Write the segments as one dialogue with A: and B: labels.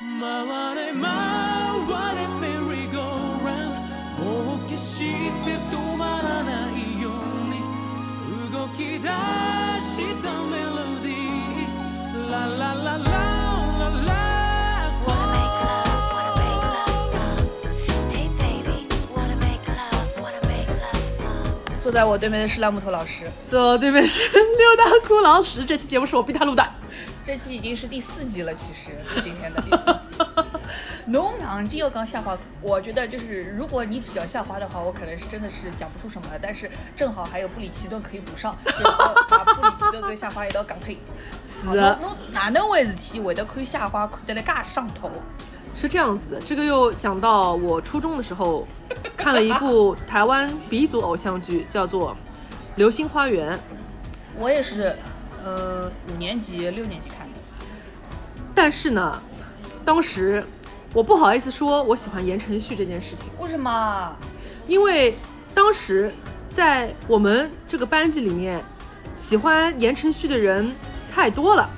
A: 回れ回れメリーゴーランドもう決して止まらないように動き出したメロディーラララララララ
B: Wanna make love, wanna make love song. Hey baby, wanna make love, wanna make love song.
C: 坐在我对面的是烂木头老师，
D: 坐对面是 六大哭狼石，这期节目是我逼他录的。
C: 这期已经是第四集了，其实是今天的第四集。农场金又刚下滑，我觉得就是如果你只讲下滑的话，我可能是真的是讲不出什么来。但是正好还有布里奇顿可以补上， 就把布里奇顿跟下滑一道讲配。
D: 是
C: 侬哪能回事体会得看下滑看得来介上头？
D: 是这样子的，这个又讲到我初中的时候看了一部台湾鼻祖偶像剧，叫做《流星花园》。
C: 我也是，呃，五年级六年级看的。
D: 但是呢，当时我不好意思说我喜欢言承旭这件事情，
C: 为什么？
D: 因为当时在我们这个班级里面，喜欢言承旭的人太多了。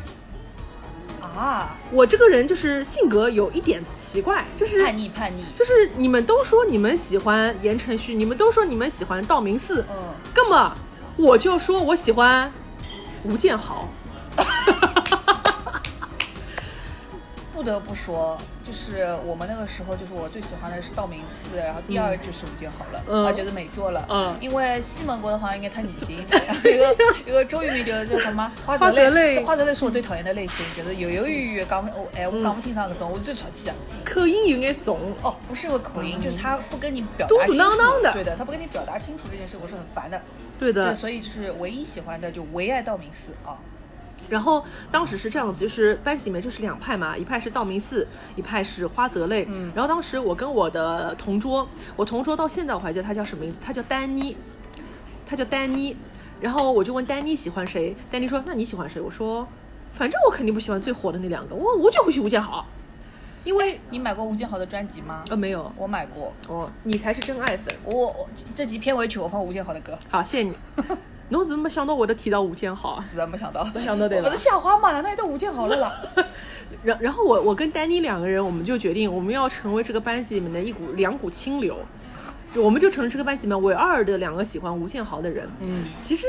C: 啊，
D: 我这个人就是性格有一点奇怪，就是
C: 叛逆叛逆。
D: 就是你们都说你们喜欢言承旭，你们都说你们喜欢道明寺，
C: 嗯，
D: 那么我就说我喜欢吴建豪。
C: 不得不说，就是我们那个时候，就是我最喜欢的是道明寺，然后第二就是吴建豪了，
D: 嗯
C: 啊，就是美作了，
D: 嗯
C: 因为西门国的好像应该他女 星，然后 一个一个周渝民就是叫什么花
D: 花
C: 泽
D: 泽类嗯
C: 是花泽类是我最讨厌的类型，就是犹犹豫豫，讲不我哎我讲不清爽搿种，我最出气。啊
D: 口音有眼怂，
C: 哦，不是因为口音，就是他不跟你表
D: 嘟
C: 达
D: 嗯嘟
C: 清楚，
D: 囔囔的
C: 对的，他不跟你表达清楚这件事，我是很烦的。
D: 对的
C: 对，。所以就是唯一喜欢的就唯爱道明寺啊，
D: 然后当时是这样子，就是班级里面就是两派嘛，一派是道明寺，一派是花泽类。嗯。然后当时我跟我的同桌，我同桌到现在我还记得他叫什么名字，他叫丹妮，他叫丹妮。然后我就问丹妮喜欢谁，丹妮说那你喜欢谁？我说反正我肯定不喜欢最火的那两个，我我就会喜欢吴建豪，因为
C: 你买过吴建豪的专辑吗？
D: 呃没有
C: 我买过，
D: 哦，你才是真爱粉。
C: 我我这集片尾曲我放吴建豪的歌。
D: 好，谢 谢你。侬是没想到我的提到吴建豪啊？
C: 死啊！没想到，没
D: 想到对吧
C: 我的夏花嘛，难道也到吴建豪了啦？
D: 然然后我我跟丹妮两个人，我们就决定我们要成为这个班级里面的一股两股清流，就我们就成了这个班级里面唯二的两个喜欢吴建豪的人。
C: 嗯，
D: 其实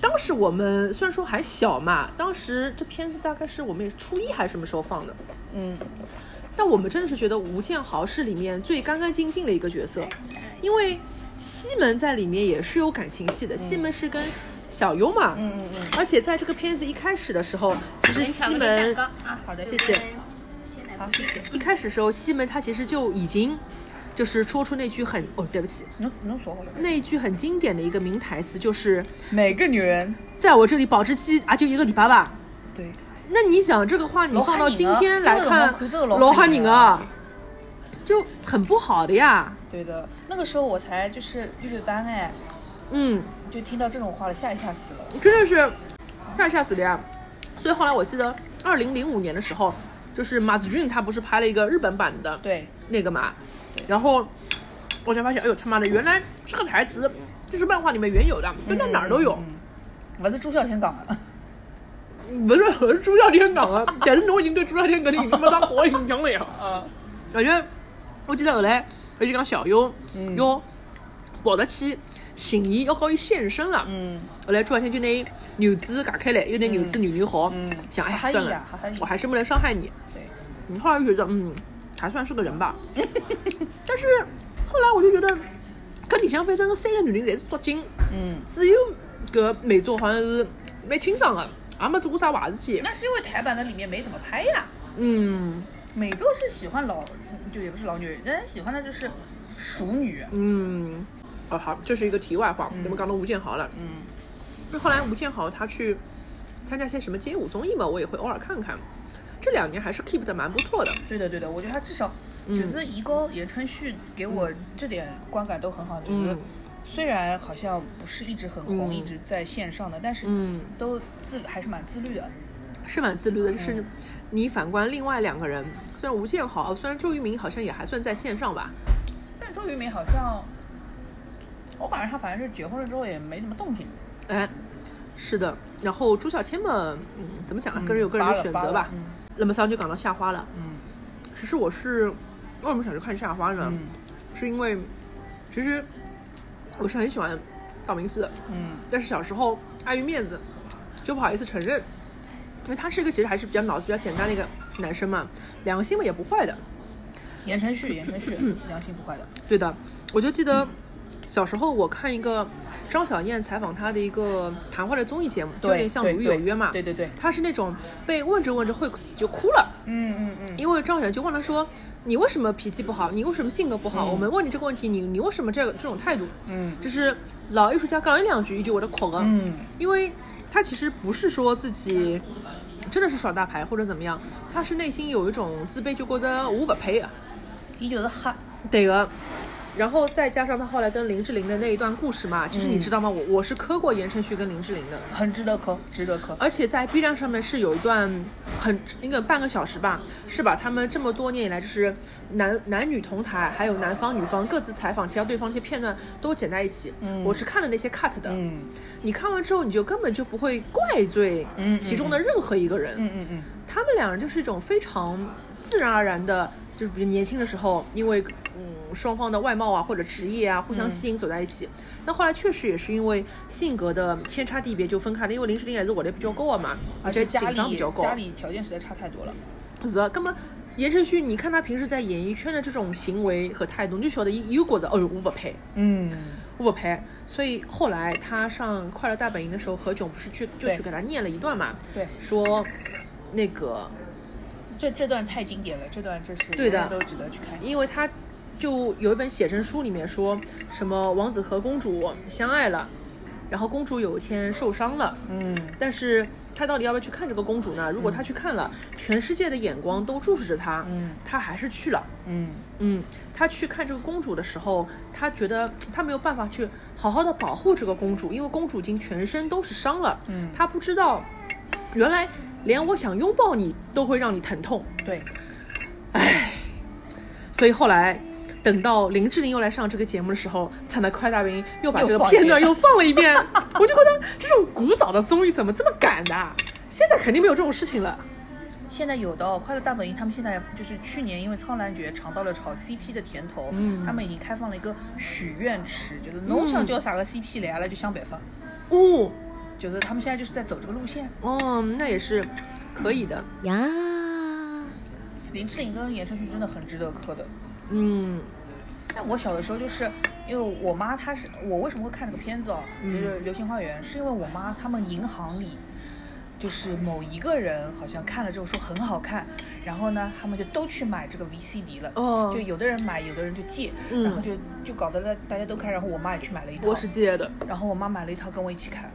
D: 当时我们虽然说还小嘛，当时这片子大概是我们也初一还是什么时候放的，
C: 嗯，
D: 但我们真的是觉得吴建豪是里面最干干净净的一个角色，因为西门在里面也是有感情戏的，西门是跟小优嘛，嗯
C: 嗯嗯，
D: 而且在这个片子一开始的时候，其实西门
E: 啊，
C: 好的
D: 谢谢。
C: 好，谢谢。
D: 一开始时候，西门他其实就已经就是说出那句很哦，对不起，
C: 能能锁我了？
D: 那一句很经典的一个名台词，就是
C: 每个女人，
D: 在我这里保质期啊就一个礼拜吧。
C: 对，
D: 那你想这个话你放到今天来看
C: 老哈宁啊这个辰光看这个，老
D: 罗
C: 哈
D: 哈
C: 宁
D: 宁
C: 啊
D: 啊，就很不好的呀。
C: 对的。那个时候我才就是预备班哎，
D: 嗯，
C: 就听到这种话了，吓也吓死了。
D: 真的是太吓死了呀！所以后来我记得二零零五年的时候，就是马子俊他不是拍了一个日本版的
C: 对，
D: 那个嘛，然后我才发现，哎呦他妈的，原来这个台词就是漫画里面原有的，就在哪儿都
C: 嗯
D: 有。
C: 不是朱孝天讲的，嗯
D: 文论和朱孝天讲啊， 但是侬已经对朱孝天搿个形象当活形象了 呀。啊，感觉我记得后来我就讲小优
C: 嗯
D: 要跑得去寻伊，要告伊献身了。
C: 嗯，
D: 后来朱孝天就拿伊牛子夹开来，又拿牛子扭扭好
C: 嗯，
D: 想哎呀
C: 好
D: 算
C: 哈伊
D: 了
C: 呀好哈伊，
D: 我还是没来伤害你。
C: 对，
D: 你后来就觉得，嗯，还算是个人吧。 但是后来我就觉得，搿里向反正三个女人侪是作精，
C: 嗯，
D: 只有搿美作好像是蛮清爽的，也没做过啥坏事体。
C: 那是因为台版的里面没怎么拍呀。
D: 嗯
C: 美作是喜欢老，就也不是老女人，人家喜欢的就是熟女。
D: 嗯，哦好，这是一个题外话。我们讲到吴建豪了，
C: 嗯，
D: 那后来吴建豪他去参加些什么街舞综艺嘛，我也会偶尔看看。这两年还是 keep 的蛮不错的。
C: 对的，对的，我觉得他至少
D: 嗯
C: 就是一个言承旭给我这点观感都很好，就是
D: 嗯
C: 虽然好像不是一直很红，
D: 嗯
C: 一直在线上的，但是
D: 嗯
C: 都自还是蛮自律的。
D: 是蛮自律的，
C: 嗯
D: 就是你反观另外两个人，虽然吴建豪，虽然周渝民好像也还算在线上吧，
C: 但周渝民好像，我感觉他反正是结婚了之后也没什么动静。
D: 哎，是的。然后朱孝天嘛，嗯，怎么讲呢？个人有个人
C: 扒
D: 的
C: 了
D: 选
C: 扒
D: 择
C: 了
D: 吧。
C: 嗯
D: 那么桑就讲到夏花了，
C: 嗯，
D: 其实我是为什么想去看夏花呢？
C: 嗯
D: 是因为其实我是很喜欢道明寺的，
C: 嗯
D: 但是小时候碍于面子，就不好意思承认，因为他是一个其实还是比较脑子比较简单的一个男生嘛，良心嘛也不坏的。
C: 言承旭，言承旭，
D: 嗯
C: 良心不坏的。
D: 对的，我就记得小时候我看一个张小燕采访他的一个谈话的综艺节目，就有点像《
C: 对
D: 鲁豫有约》嘛。
C: 对对对，
D: 他是那种被问着问着会就哭了，
C: 嗯嗯嗯，
D: 因为张小燕就问他说：“你为什么脾气不好？你为什么性格不好？
C: 嗯
D: 我们问你这个问题，你你为什么这个这种态度？”
C: 嗯
D: 就是老艺术家讲一两句，一句我的口啊，
C: 嗯
D: 因为他其实不是说自己真的是耍大牌或者怎么样，他是内心有一种自卑，就觉得我不配啊，
C: 伊就是黑，
D: 对个。然后再加上他后来跟林志玲的那一段故事嘛，其实
C: 嗯
D: 你知道吗？我我是磕过言承旭跟林志玲的，
C: 很值得磕，值得磕。
D: 而且在 B 站上面是有一段很应该有半个小时吧，是把他们这么多年以来就是男男女同台，还有男方女方各自采访提到对方一些片段都剪在一起。
C: 嗯
D: 我是看了那些 cut 的，
C: 嗯
D: 你看完之后你就根本就不会怪罪
C: 嗯嗯
D: 其中的任何一个人。
C: 嗯嗯嗯，
D: 他们两人就是一种非常自然而然的，就是比如年轻的时候，因为嗯双方的外貌啊或者职业啊互相吸引走在一起。那、后来确实也是因为性格的天差地别就分开了，因为林志玲也是我的比较高啊嘛，而
C: 而
D: 且
C: 且
D: 情
C: 家
D: 商比
C: 里
D: 较高
C: 家，里条件实在差太多了。
D: 是的。那么言承旭，你看他平时在演艺圈的这种行为和态度，你就晓得伊又觉得，哦哟，我不配。
C: 嗯，
D: 我不配，所以后来他上《快乐大本营》的时候，何炅不是去就
C: 对
D: 去给他念了一段嘛，
C: 对，
D: 说那个
C: 这这段太经典了，这段真是
D: 对的
C: 人人都值得去看。
D: 因为他就有一本写真书，里面说什么王子和公主相爱了，然后公主有一天受伤了，
C: 嗯
D: 但是他到底要不要去看这个公主呢？如果他去看了，全世界的眼光都注视着他，
C: 嗯
D: 他还是去了。
C: 嗯
D: 嗯，他去看这个公主的时候，他觉得他没有办法去好好的保护这个公主，因为公主已经全身都是伤了。
C: 嗯
D: 他不知道，原来连我想拥抱你都会让你疼痛。
C: 对，
D: 所以后来等到林志玲又来上这个节目的时候，《灿烂快乐大本营》又把
C: 又
D: 这个
C: 放
D: 片段
C: 一遍
D: 又放了 一遍，我就觉得这种古早的综艺怎么这么赶的啊？现在肯定没有这种事情了。
C: 现在有的哦，《快乐大本营》他们现在就是去年因为《苍兰诀》尝到了炒 CP 的甜头，
D: 嗯
C: 他们已经开放了一个许愿池，就是侬想叫啥个 CP 来了就想办法，
D: 哦，
C: 就是他们现在就是在走这个路线。
D: 哦，那也是可以的。
B: 呀。
C: 林志玲跟言承旭真的很值得磕的。
D: 嗯
C: 但我小的时候就是因为我妈她是我为什么会看那个片子哦，
D: 嗯
C: 就是《流星花园》，是因为我妈他们银行里。就是某一个人好像看了之后说很好看，然后呢，他们就都去买这个 VCD 了。
D: 哦
C: 就有的人买，有的人就借，
D: 嗯
C: 然后就就搞得大大家都看，然后我妈也去买了一套，
D: 我是借的。
C: 然后我妈买了一套跟我一起看，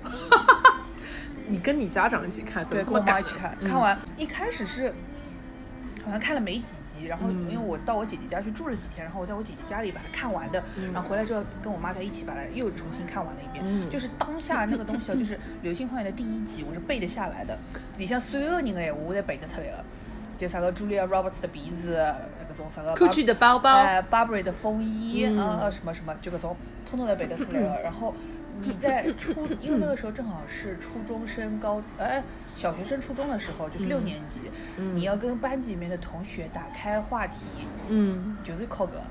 D: 你跟你家长一起看，怎
C: 对，
D: 么这
C: 跟
D: 么
C: 我
D: 赶嗯
C: 妈一起看，看完一开始是。好像看了没几集，然后
D: 嗯
C: 因为我到我姐姐家去住了几天，然后我在我姐姐家里把它看完的，然后回来之后跟我妈在一起把它又重新看完了一遍。
D: 嗯
C: 就是当下那个东西啊，就是《流星花园》的第一集，我是背得下来的，里向所有人的闲话哎我侪背得出来了，就啥个 Julia Roberts 的鼻子，各种啥个
D: Gucci 的包包
C: 哎，Burberry 的风衣，
D: 嗯
C: 啊、什么什么，就各种通通都背得出来 了。然后你在初，因为那个时候正好是初中升高，哎，小学生初中的时候，
D: 嗯
C: 就是六年级，你要跟班级里面的同学打开话题，
D: 嗯，
C: 就是靠个，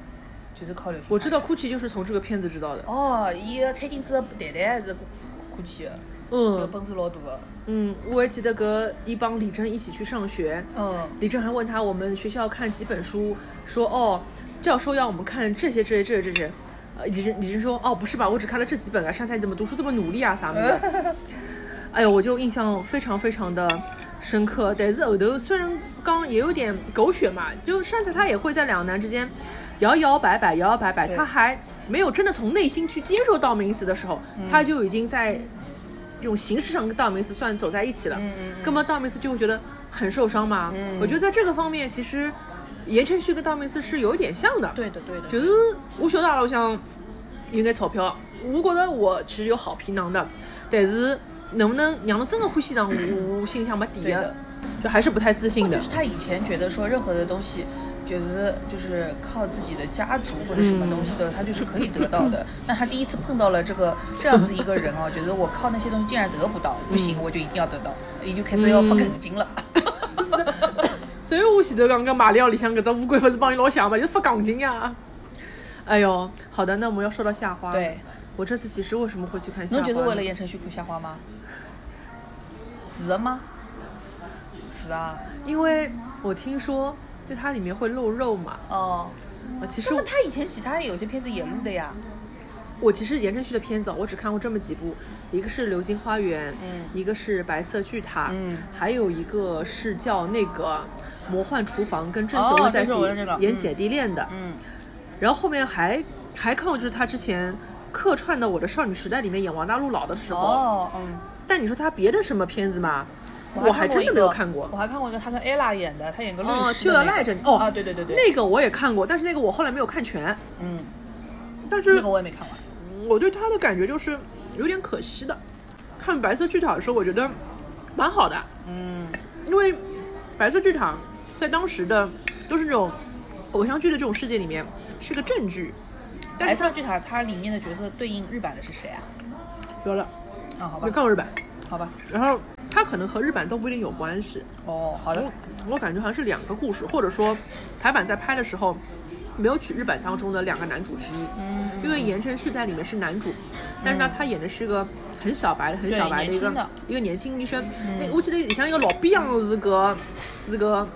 C: 就是靠流行。
D: 我知道。Gucci 就是从这个片子知道的。
C: 哦，伊个餐巾纸的袋袋还是过过去的，有
D: 嗯
C: 本事老大的。
D: 嗯，我也记得跟一帮李真一起去上学，
C: 嗯，
D: 李正还问他我们学校看几本书，说哦，教授要我们看这些这些这些这些。呃，李正李正说哦，不是吧，我只看了这几本啊，上菜怎么读书这么努力啊啥么的。哎呦，我就印象非常非常的深刻。但是后头虽然刚也有点狗血嘛，就山菜他也会在两难之间摇摇摆摆，摇摇摆摆，
C: 对
D: 他还没有真的从内心去接受道明寺的时候，
C: 嗯
D: 他就已经在这种形式上跟道明寺算走在一起了。
C: 嗯嗯
D: 那么道明寺就会觉得很受伤嘛。
C: 嗯
D: 我觉得在这个方面，其实言承旭跟道明寺是有一点像的。，
C: 对的对的。
D: 就是我晓得阿拉想有眼钞票，我觉得我其实有好皮囊的，但是能不能让侬真的欢喜上我，我心里想没底
C: 对
D: 的
C: 的，
D: 就还是不太自信的
C: 就是。他以前觉得说任何的东西，就是就是靠自己的家族或者什么东西的，他就是可以得到 的。那他第一次碰到了这个这样子一个人哦，觉得我靠那些东西 竟然得不到，不行，我就一定要得到，也就开始要发梗筋了。
D: 所以我前头讲讲马里奥里向搿只乌龟勿是帮伊老像嘛，就是发钢筋呀。哎呦，好的，那我们要说到夏花。
C: 对，
D: 我这次其实为什么会去看夏花
C: 侬
D: 呢？
C: 就是为了盐城区看夏花吗？是的吗？是啊，
D: 因为我听说，就它里面会露肉嘛。
C: 哦，
D: 呃其实
C: 那
D: 我
C: 么他以前其他有些片子也录的呀，
D: 我其实言承旭的片子，我只看过这么几部，一个是《流星花园》，
C: 嗯
D: 一个是《白色巨塔》，
C: 嗯
D: 还有一个是叫那个《魔幻厨房》，跟郑
C: 哦
D: 秀文在一
C: 郑秀
D: 起
C: 文这个
D: 演
C: 嗯
D: 姐弟恋的。
C: 嗯，
D: 然后后面还还看过，就是他之前客串的《我的少女时代》里面演王大陆老的时候。
C: 哦，嗯，
D: 但你说他别的什么片子嘛，
C: 我
D: 还真的没有看过
C: 我。还看过一个他跟 ella 演的，他演个律师的那
D: 哦
C: 个、，
D: 就要赖着你哦
C: 啊，对对对对，
D: 那个我也看过，但是那个我后来没有看全。
C: 嗯，
D: 但是
C: 那个我也没看完，
D: 我对他的感觉就是有点可惜的。看《白色巨塔》的时候，我觉得蛮好的，
C: 嗯，
D: 因为《白色巨塔》在当时的都是那种偶像剧的这种世界里面是个正剧，但
C: 白
D: 是
C: 色
D: 它
C: 巨塔它里面的角色对应日版的是谁啊？
D: 有了
C: 啊，好吧
D: 没，看过日版，
C: 好吧，
D: 然后它可能和日版都不一定有关系。
C: 哦，好的
D: 我，我感觉好像是两个故事，或者说台版在拍的时候没有取日版当中的两个男主之一，
C: 嗯，
D: 因为言承旭在里面是男主，但是呢，他演的是一个很小白的、很小白的一个
C: 年轻的嗯
D: 一个年轻医生。那、我记得里向一个老逼样是个是个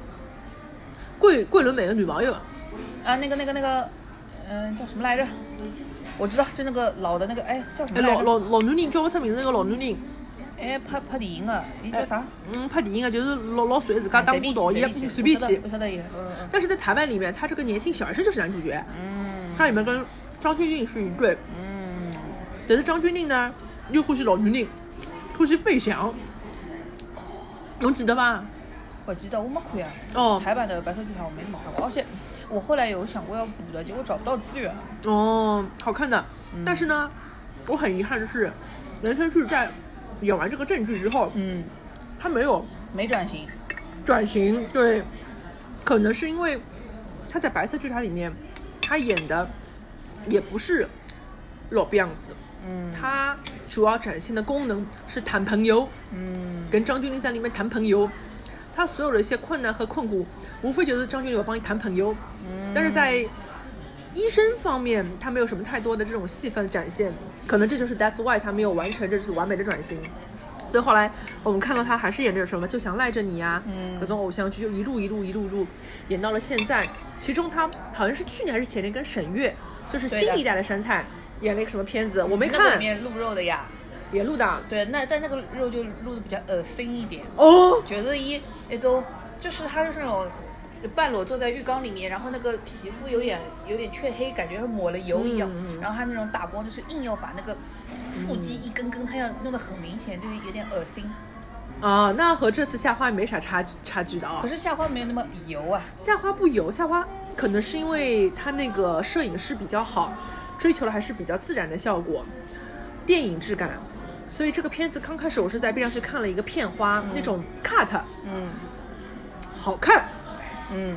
D: 桂桂纶镁的女朋友，
C: 啊，那个那个那个，嗯、叫什么来着？我知道，就那个老的那个，哎，叫什么
D: 哎，
C: 来
D: 老
C: 着？
D: 老老女人叫不出名字那个老女人，
C: 哎，拍拍电影的，伊哎叫啥？
D: 嗯，拍电影的，就是老老随自家当
C: 哎随便
D: 导演，
C: 起
D: 哦随便
C: 起
D: 起
C: 我。晓得也，嗯嗯
D: 但是在台湾里面，他这个年轻小医生就是男主角，
C: 嗯
D: 他里面跟张钧甯是一对。
C: 嗯，
D: 但是张钧甯呢，又欢喜老女人，欢喜费翔，侬记得吧？
C: 我记得我没看呀。
D: 哦
C: 台版的白色巨塔我没怎么看过，而且我后来有想过要补的，结果找不到资源。
D: 哦，好看的。
C: 嗯
D: 但是呢，我很遗憾的是，任承旭在演完这个正剧之后，
C: 嗯，
D: 他没有
C: 没转型。
D: 转型，对，可能是因为他在白色巨塔里面，他演的也不是老逼样子，
C: 嗯
D: 他主要展现的功能是谈朋友。
C: 嗯
D: 跟张钧甯在里面谈朋友，他所有的一些困难和困苦，无非就是张钧甯有帮你谈朋友，
C: 嗯
D: 但是在医生方面，他没有什么太多的这种戏份展现，可能这就是 That's why 他没有完成这次完美的转型。所以后来我们看到他还是演这种什么就想赖着你呀、
C: 嗯
D: 各种偶像剧就一路一路一路一路演到了现在。其中他好像是去年还是前年跟沈月，就是
C: 对
D: 新
C: 的
D: 一代的杉菜演了一个什么片子，我没
C: 那个
D: 看
C: 里，面鹿肉的呀，
D: 也录的。
C: 对，那但那个肉就录的比较恶心一点，
D: 哦，
C: 觉得一一种就是他就是那种半裸坐在浴缸里面，然后那个皮肤有点有点雀黑，感觉是抹了油一样，
D: 嗯嗯
C: 然后他那种打光就是硬要把那个腹肌一根根，他要弄得很明显，就是有点恶心。
D: 啊，那和这次夏花也没啥差距差距的啊、
C: 可是夏花没有那么油啊，
D: 夏花不油，夏花可能是因为它那个摄影师比较好，追求的还是比较自然的效果，电影质感。啊所以这个片子刚开始我是在 B 站去看了一个片花，那种 cut
C: 嗯
D: 好看，
C: 嗯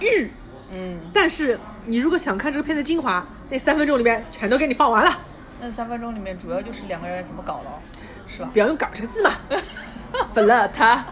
D: 玉。
C: 嗯，
D: 但是你如果想看这个片的精华，那三分钟里面全都给你放完了，
C: 那三分钟里面主要就是两个人怎么搞了，是吧？
D: 不要用“搞”这个字嘛， 粉了他。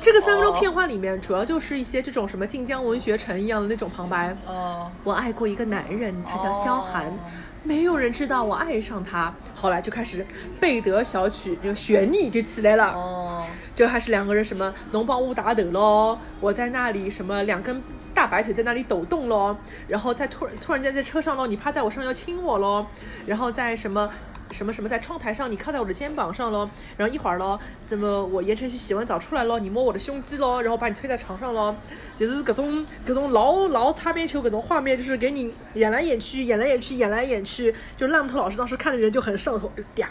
D: 这个三分钟片花里面，主要就是一些这种什么晋江文学城一样的那种旁白，
C: 哦、
D: 我爱过一个男人，他叫萧寒，
C: 哦
D: 没有人知道我爱上他。后来就开始贝德小曲，这个悬溺就起来了。
C: 哦，
D: 就还是两个人什么侬帮我打头咯，我在那里什么两根大白腿在那里抖动咯，然后再突然突然间在车上咯，你趴在我身上要亲我咯，然后在什么。什么什么在窗台上，你靠在我的肩膀上咯，然后一会儿咯，什么我言承旭洗完澡出来咯，你摸我的胸肌咯，然后把你推在床上咯，就是各种各种老老擦边球，各种画面就是给你演来演去，演来演去，演来演去，就烂木头老师当时看的人就很上头，就嗲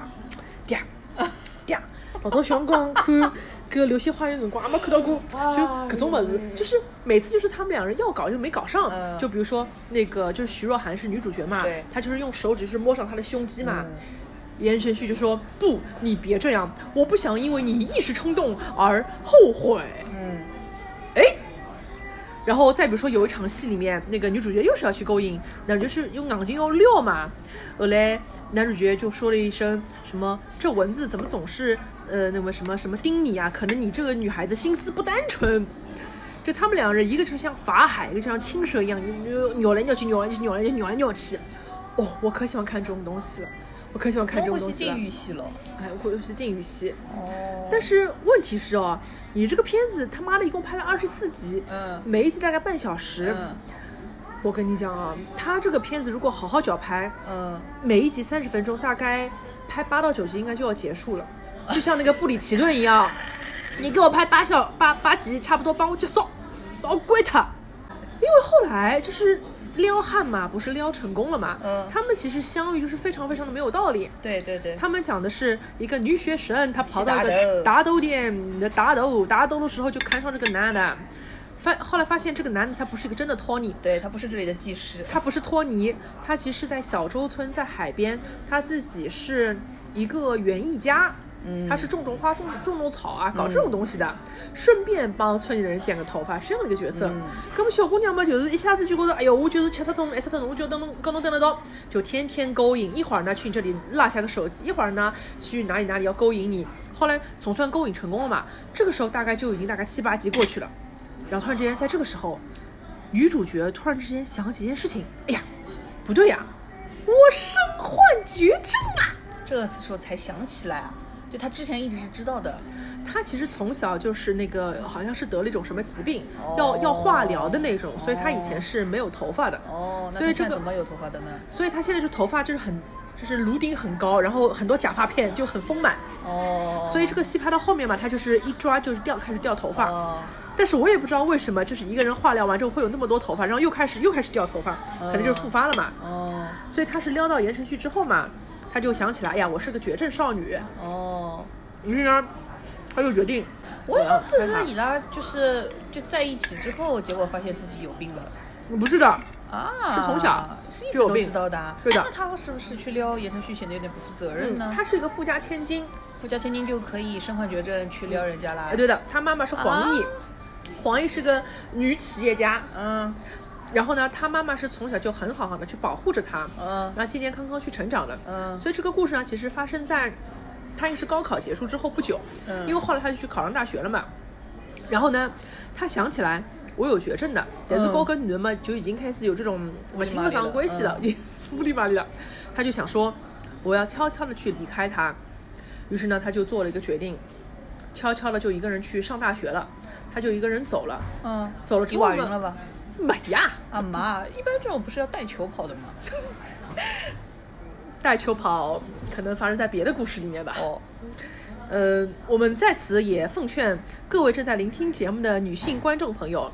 D: 嗲 嗲。老早小辰光看搿《流星花园》辰光，也没看到过，就搿种物事，就是每次就是他们两人要搞就没搞上。
C: 嗯
D: 就比如说那个就是徐若涵是女主角嘛
C: 对，嗯
D: 她就是用手指是摸上她的胸肌嘛。言承旭就说：“不，你别这样，我不想因为你一时冲动而后悔。”
C: 嗯
D: 哎，然后再比如说有一场戏里面，那个女主角又是要去勾引，男主角是用眼睛要撩嘛，后来男主角就说了一声什么这蚊子怎么呃总是呃那么什么什么叮你啊，可能你这个女孩子心思不单纯。就他们两个人，一个就是像法海，一个就像青蛇一样，扭扭来扭去，扭来扭去，扭来扭去，扭来扭去。哦，我可喜欢看这种东西了，我可喜欢看这
C: 东
D: 种
C: 西
D: 东西了
C: 禁。欲系了。
D: 哎，我尤其禁欲系。
C: 哦
D: 但是问题是哦，你这个片子他妈的一共拍了二十四集，
C: 嗯
D: 每一集大概半小时。
C: 嗯
D: 我跟你讲啊，他这个片子如果好好脚拍，
C: 嗯，
D: 每一集三十分钟，大概拍八到九集应该就要结束了， 就像那个布里奇顿一样，你给我拍八小八八集，差不多帮我结束，帮我归他。因为后来就是撩汉嘛，不是撩成功了嘛，
C: 嗯
D: 他们其实相遇就是非常非常的没有道理。
C: 对对对，
D: 他们讲的是一个女学生，她跑到一
C: 去打斗
D: 个打斗店的打斗，打斗的时候就看上这个男的，发后来发现这个男的他不是一个真的托尼，
C: 对他不是这里的技师。
D: 他不是托尼，他其实是在小洲村，在海边，他自己是一个园艺家。他是种种花、种种种草啊，搞这种东西的，顺便帮村里的人剪个头发，是这样的一个角色。那么、小姑娘嘛，就是一下子就觉得，哎呦，我就是吃啥东爱啥东，我就等侬跟侬等得到，就天天勾引，一会儿呢去你这里落下个手机，一会儿呢去哪里哪里要勾引你。后来总算勾引成功了嘛，这个时候大概就已经大概七八集过去了，然后突然之间在这个时候，女主角突然之间想起一件事情，哎呀，不对呀、我身患绝症啊！
C: 这次时候才想起来啊，就他之前一直是知道的。
D: 她其实从小就是那个，好像是得了一种什么疾病，
C: 哦
D: 要要化疗的那种，所以她以前是没有头发的，
C: 哦，那
D: 所
C: 他现
D: 以这
C: 在
D: 个
C: 怎，么有头发的呢？
D: 所以她现在就头发就是很，就是颅顶很高，然后很多假发片就很丰满，
C: 哦，
D: 所以这个戏拍到后面嘛，她就是一抓就是掉，开始掉头发，
C: 哦，
D: 但是我也不知道为什么，就是一个人化疗完之后会有那么多头发，然后又开始又开始掉头发，可能就是复发了嘛。
C: 哦，
D: 所以她是撩到盐城区之后嘛，她就想起来，哎呀，我是个绝症少女，
C: 哦。
D: 于是呢，她就决定
C: 我也
D: 要
C: 当自
D: 看
C: 私
D: 她
C: 以拉就是就在一起之后，结果发现自己有病了
D: 不是的，
C: 啊！
D: 是从小
C: 是一直
D: 就有
C: 都
D: 病
C: 知道的啊，
D: 对的嗯
C: 那他是不是去撩言承旭显得有点不负责任呢
D: 她？是一个富家千金，
C: 富家千金就可以身患绝症去撩人家啦
D: 哎，？对的，她妈妈是黄奕
C: 啊，
D: 黄奕是个女企业家，
C: 嗯
D: 然后呢，她妈妈是从小就很好好的去保护着她，
C: 嗯
D: 然后健健康康去成长的，
C: 嗯
D: 所以这个故事呢，其实发生在她也是高考结束之后不久，
C: 嗯
D: 因为后来她就去考上大学了嘛，然后呢，她想起来我有绝症的，但是
C: 嗯
D: 高跟女的嘛就已经开始有这种不清不爽关系了，也是不里麻里了，她就想说我要悄悄的去离开他，于是呢，她就做了一个决定，悄悄的就一个人去上大学了，她就一个人走了，
C: 嗯，
D: 走了
C: 你
D: 之后
C: 瓦
D: 呢
C: 云了吧？
D: 妈呀！
C: 啊妈，一般这种不是要带球跑的吗？
D: 带球跑可能发生在别的故事里面吧。
C: 哦，
D: 呃，我们在此也奉劝各位正在聆听节目的女性观众朋友，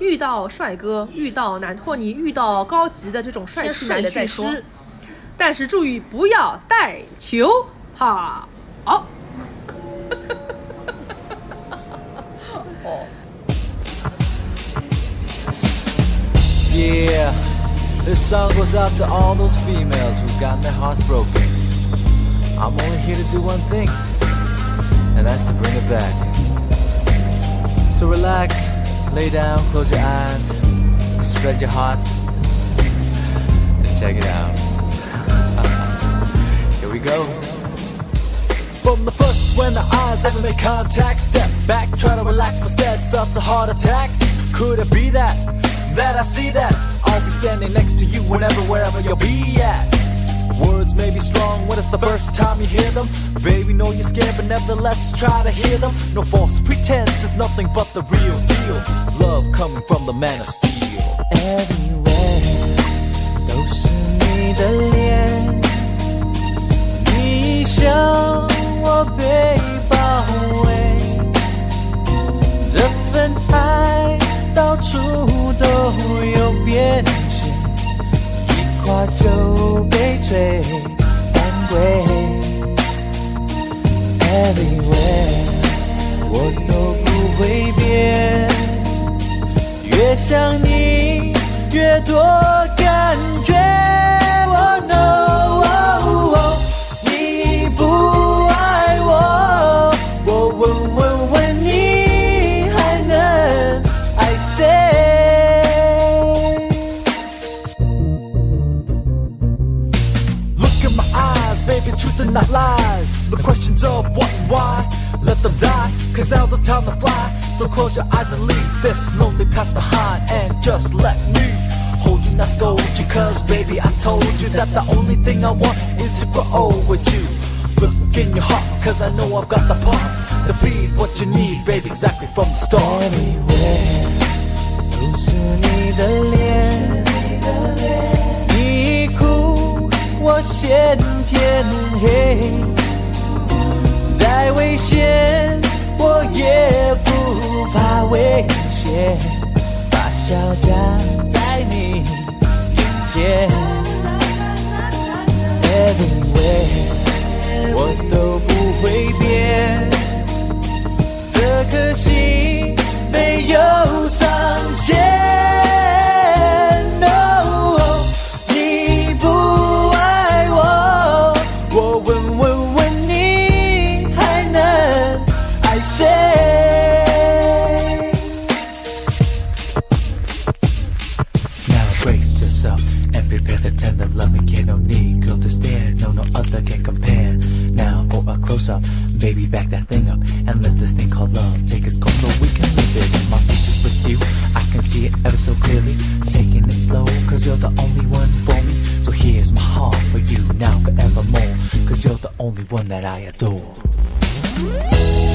D: 遇到帅哥、遇到男托尼、遇到高级的这种帅
C: 先
D: 气
C: 睡
D: 男
C: 了再
D: 巨
C: 说
D: 师，但是注意不要带球跑。
E: Yeah, this song goes out to all those females who've gotten their hearts broken. I'm only here to do one thing, and that's to bring it back. So relax, lay down, close your eyes, spread your heart, and check it out. here we go. From the first when the eyes ever make contact Step back, try to relax, instead felt a heart attack Could it be that, that I see that I'll be standing next to you whenever, wherever you'll be at Words may be strong when it's the first time you hear them Baby, know you're scared, but nevertheless try to hear them No false pretense, it's nothing but the real deal Love coming from the man of steel Everywhere 都是你的脸你向我被包围，这份爱到处都有边界，一跨就被摧翻滚。Everywhere，我都不会变，越想你越多感觉。Oh no，哦哦你不爱我，我问问问你还能爱谁？Look in my eyes, baby, truth and not lies. The questions of what and why, let them die, cause now the time to fly. So
F: So close your eyes and leave this lonely past behind and just let me hold you, not scold you. Cause baby, I told you that the only thing I want is to grow old with you. Look in your heart, cause I know I've got the parts to be what you need, baby, exactly from the start. 都是你的脸，你一哭我先天黑，再危险我也不怕危险，把笑站在你眼前，everywhere 我都不会变。这颗心没有上限。No，你不爱我，我问问问你还能爱谁？Now brace yourself and prepare the tender loving care. No need, girl, to stare. No, no other can compare. Now for a close up, baby, back that thing up and let this thing called love take its course so we can live it. My future's with you, I can see it ever so clearly. Taking it slow, cause you're the only one for me. So here's my heart for you now forevermore, cause you're the only one that I adore.